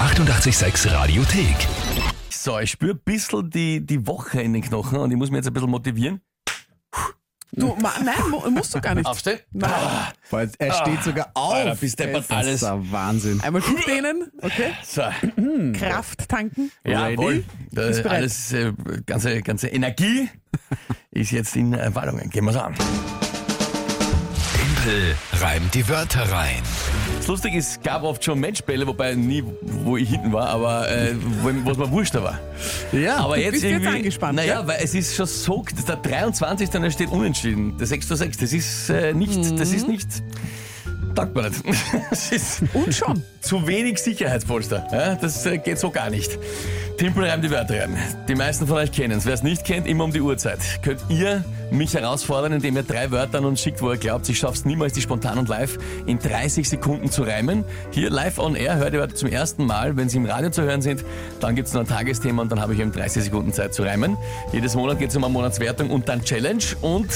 886 Radiothek. So, ich spüre ein bisschen die, die Woche in den Knochen und ich muss mich jetzt ein bisschen motivieren. Du, ma, nein, mu- musst du gar nicht. Aufstehen? Ah. Nein. Vor allem, Er steht sogar auf. Alter, bist deppert Das ist alles. ein Wahnsinn. Einmal gut dehnen, okay? So, Kraft tanken. Hm. jawohl. Äh, bereit? alles, äh, ganze, ganze Energie ist jetzt in äh, Wallungen. Gehen wir's an. Tempel reimt die Wörter rein. Das Lustige ist, es gab oft schon Matchbälle, wobei nie, wo ich hinten war, aber äh, wo, was mir wurscht war. Ja, Aber jetzt bist jetzt irgendwie, angespannt, Naja, ja? weil es ist schon so, dass der 23. dann steht unentschieden. Der 6 zu 6, das ist äh, nicht, das Mhm. ist nicht, taugt mir nicht. Das ist Und schon. zu wenig Sicherheitspolster. Ja, das äh, geht so gar nicht. Timpel reimt die Wörter rein. Die meisten von euch kennen es. Wer es nicht kennt, immer um die Uhrzeit. Könnt ihr mich herausfordern, indem ihr drei Wörter an uns schickt, wo ihr glaubt, ich schaff's niemals, die spontan und live in 30 Sekunden zu reimen. Hier live on air hört ihr Wörter zum ersten Mal. Wenn sie im Radio zu hören sind, dann gibt's noch ein Tagesthema und dann habe ich eben 30 Sekunden Zeit zu reimen. Jedes Monat geht's um eine Monatswertung und dann Challenge und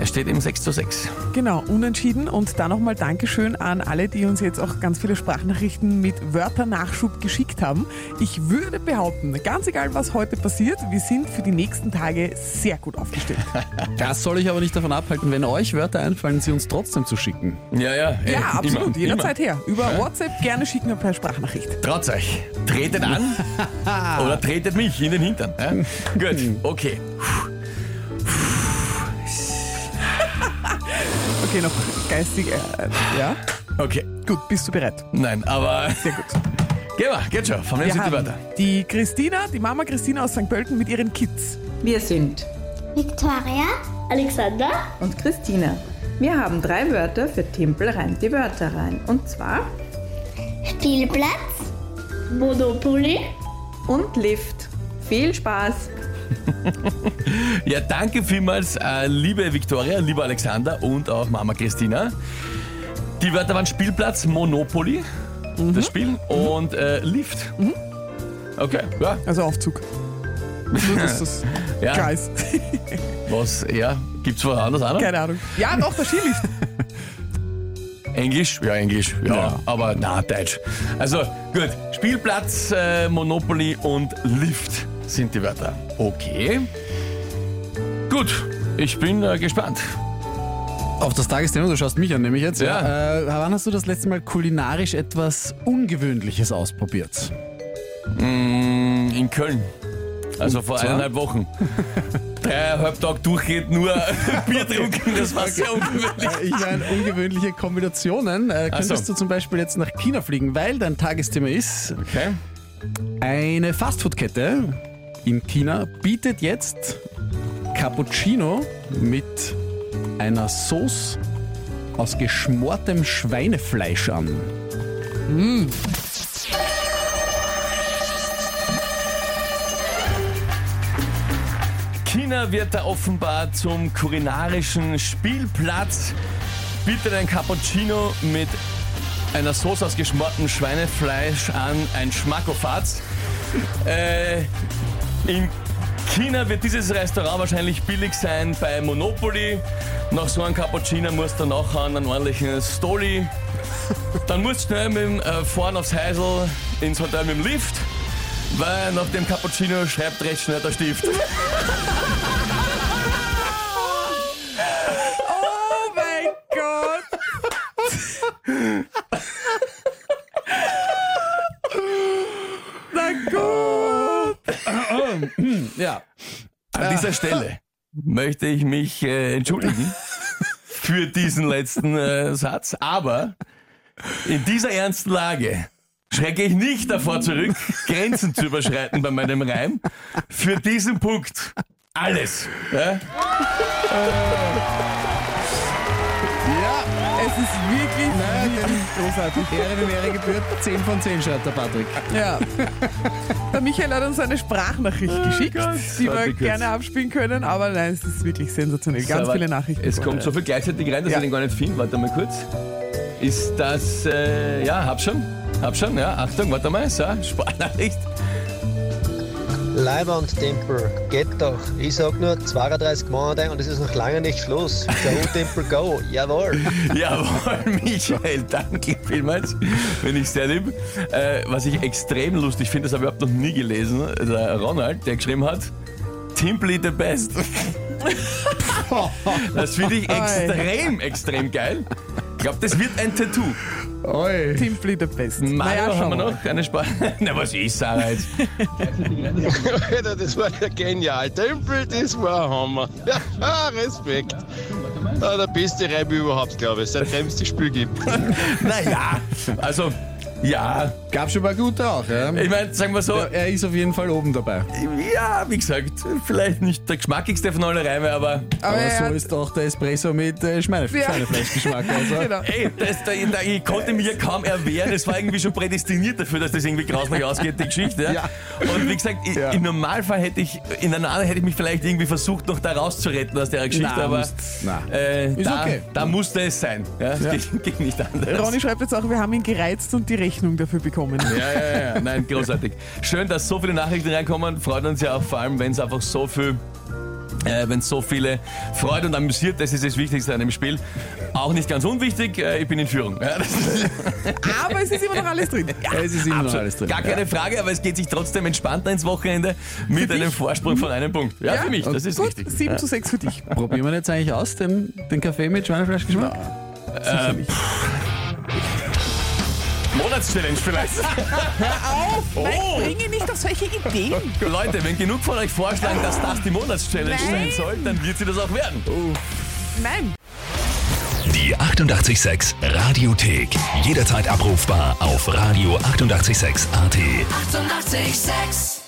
es steht eben 6 zu 6. Genau, unentschieden. Und da nochmal Dankeschön an alle, die uns jetzt auch ganz viele Sprachnachrichten mit Wörternachschub geschickt haben. Ich würde behaupten, ganz egal was heute passiert, wir sind für die nächsten Tage sehr gut aufgestellt. Das soll ich aber nicht davon abhalten, wenn euch Wörter einfallen, sie uns trotzdem zu schicken. Ja, ja. ey, Ja, immer, absolut, jederzeit her. Über WhatsApp gerne schicken wir per Sprachnachricht. Traut euch. Tretet an oder tretet mich in den Hintern. Ja? Gut, Hm. okay. Okay, noch geistig. Äh, ja, Okay. gut, bist du bereit? Nein, aber. Sehr gut. Geh mal, geht schon. Von wem Wir sind die haben Wörter? die Christina, die Mama Christina aus St. Pölten mit ihren Kids. Wir sind Victoria, Alexander, und Christina. Wir haben drei Wörter für Timpel reimt die Wörter rein. Und zwar Spielplatz, Monopoly, und Lift. Viel Spaß! Ja, danke vielmals, äh, liebe Viktoria, lieber Alexander und auch Mama Christina. Die Wörter waren Spielplatz, Monopoly, Mhm. das Spiel, und äh, Lift. Okay, ja. Also Aufzug. Nur, dass das Ja. klar ist. Was, ja, gibt's was anderes auch noch? Keine Ahnung. Ja, doch, der Skilift. Englisch? Ja, Englisch. Ja, Ja. aber na, Deutsch. Also gut, Spielplatz, äh, Monopoly und Lift sind die Wörter. Okay. Gut, ich bin äh, gespannt. Auf das Tagesthema, du schaust mich an, nämlich jetzt. Ja. Äh, wann hast du das letzte Mal kulinarisch etwas Ungewöhnliches ausprobiert? Mm, in Köln. Also vor zwar? eineinhalb Wochen. Dreieinhalb Tage durchgeht nur Bier trinken, das war sehr ungewöhnlich. Äh, Ich meine, ungewöhnliche Kombinationen. Äh, Ach so. könntest du zum Beispiel jetzt nach China fliegen, weil dein Tagesthema ist, Okay. eine Fastfood-Kette in China bietet jetzt Cappuccino mit einer Sauce aus geschmortem Schweinefleisch an. China wird da offenbar zum kulinarischen Spielplatz. Bitte ein Cappuccino mit einer Soße aus geschmortem Schweinefleisch an, ein Schmackofatz. Äh, in China wird dieses Restaurant wahrscheinlich billig sein bei Monopoly. Nach so einem Cappuccino musst du nachher einen ordentlichen Stoli. Dann musst du schnell mit dem äh, Fahren aufs Heisel ins Hotel mit dem Lift, weil nach dem Cappuccino schreibt recht schnell der Stift. Oh mein Gott. Na gut. Ja, An dieser Stelle möchte ich mich äh, entschuldigen für diesen letzten äh, Satz, aber in dieser ernsten Lage schrecke ich nicht davor zurück, Grenzen zu überschreiten bei meinem Reim. Für diesen Punkt alles. Ja? ja, Es ist wirklich, wirklich großartig. Ehre dem Ehre gebührt. 10 von 10 schreibt der Patrick. Ja. Der Michael hat uns eine Sprachnachricht geschickt, Oh Gott. die Warte wir kurz. gerne abspielen können, aber nein, es ist wirklich sensationell. Ganz Aber viele Nachrichten. Es kommt so viel gleichzeitig rein, dass Ja. ich den gar nicht finde. Warte mal kurz. Ist das, äh, ja, hab schon. Hab schon, ja. Achtung, warte mal. So, Sprachnachricht. Leibwandtempel, geht doch. Ich sag nur 32 Monate und es ist noch lange nicht Schluss. Go Tempel Go, jawohl. Jawohl, Michael, danke vielmals. Bin ich sehr lieb. Äh, was ich extrem lustig finde, das habe ich überhaupt noch nie gelesen. Der Ronald, der geschrieben hat, Timply the best. Das finde ich extrem, extrem geil. Ich glaube, das wird ein Tattoo. Oi. Simply the best. Mario, naja, haben schauen wir wir. noch eine Spaß. Na, was ist Sarah jetzt? Alter, das war ja genial. Tempel, das war ein Hammer. Ja, Respekt. Ah, der beste Reim überhaupt, glaube ich, seitdem es das Spiel gibt. Naja, also, ja. Gab schon mal gute auch, ja? Ich meine, sagen wir so, Ja, Äh, Er ist auf jeden Fall oben dabei. ja, wie gesagt, vielleicht nicht der geschmackigste von allen Reime, aber Aber Aber er so hat- Also, ist auch der Espresso mit äh, Schweinef Ja. Schweinefleischgeschmack. Also. Genau. Ey, das, da, da, ich konnte mich ja kaum erwehren. Es war irgendwie schon prädestiniert dafür, dass das irgendwie grauslich ausgeht, die Geschichte. Ja. Ja. Und wie gesagt, i- Ja. im Normalfall hätte ich, in einer anderen hätte ich mich vielleicht irgendwie versucht, noch da rauszuretten aus der Geschichte, Na, aber musst- na. Äh, Ist da, okay. da musste es sein. Ja, es Ja. Ging, ging nicht anders. Ronny schreibt jetzt auch, wir haben ihn gereizt und die Rechnung dafür bekommen. ja, ja, ja, nein, großartig. Schön, dass so viele Nachrichten reinkommen. Freut uns ja auch vor allem, wenn es einfach so viel, äh, wenn so viele freut und amüsiert. Das ist das Wichtigste an dem Spiel. Auch nicht ganz unwichtig. Äh, ich bin in Führung. Ja, das ist Aber es ist immer noch alles drin. Ja. Es ist immer noch Absolut. alles drin. Gar Ja. keine Frage, aber es geht sich trotzdem entspannter ins Wochenende mit einem Vorsprung von einem Punkt. Ja, für mich, das ist Gut, richtig. 7 zu 6 für dich. Probieren wir jetzt eigentlich aus, den, den Kaffee mit Schweinefleischgeschmack? Monatschallenge vielleicht. Bring ihn nicht auf solche Ideen. Leute, wenn genug von euch vorschlagen, dass das die Monatschallenge sein Nein. soll, dann wird sie das auch werden. Nein. Die 886 Radiothek. Jederzeit abrufbar auf radio886.at. 886! 886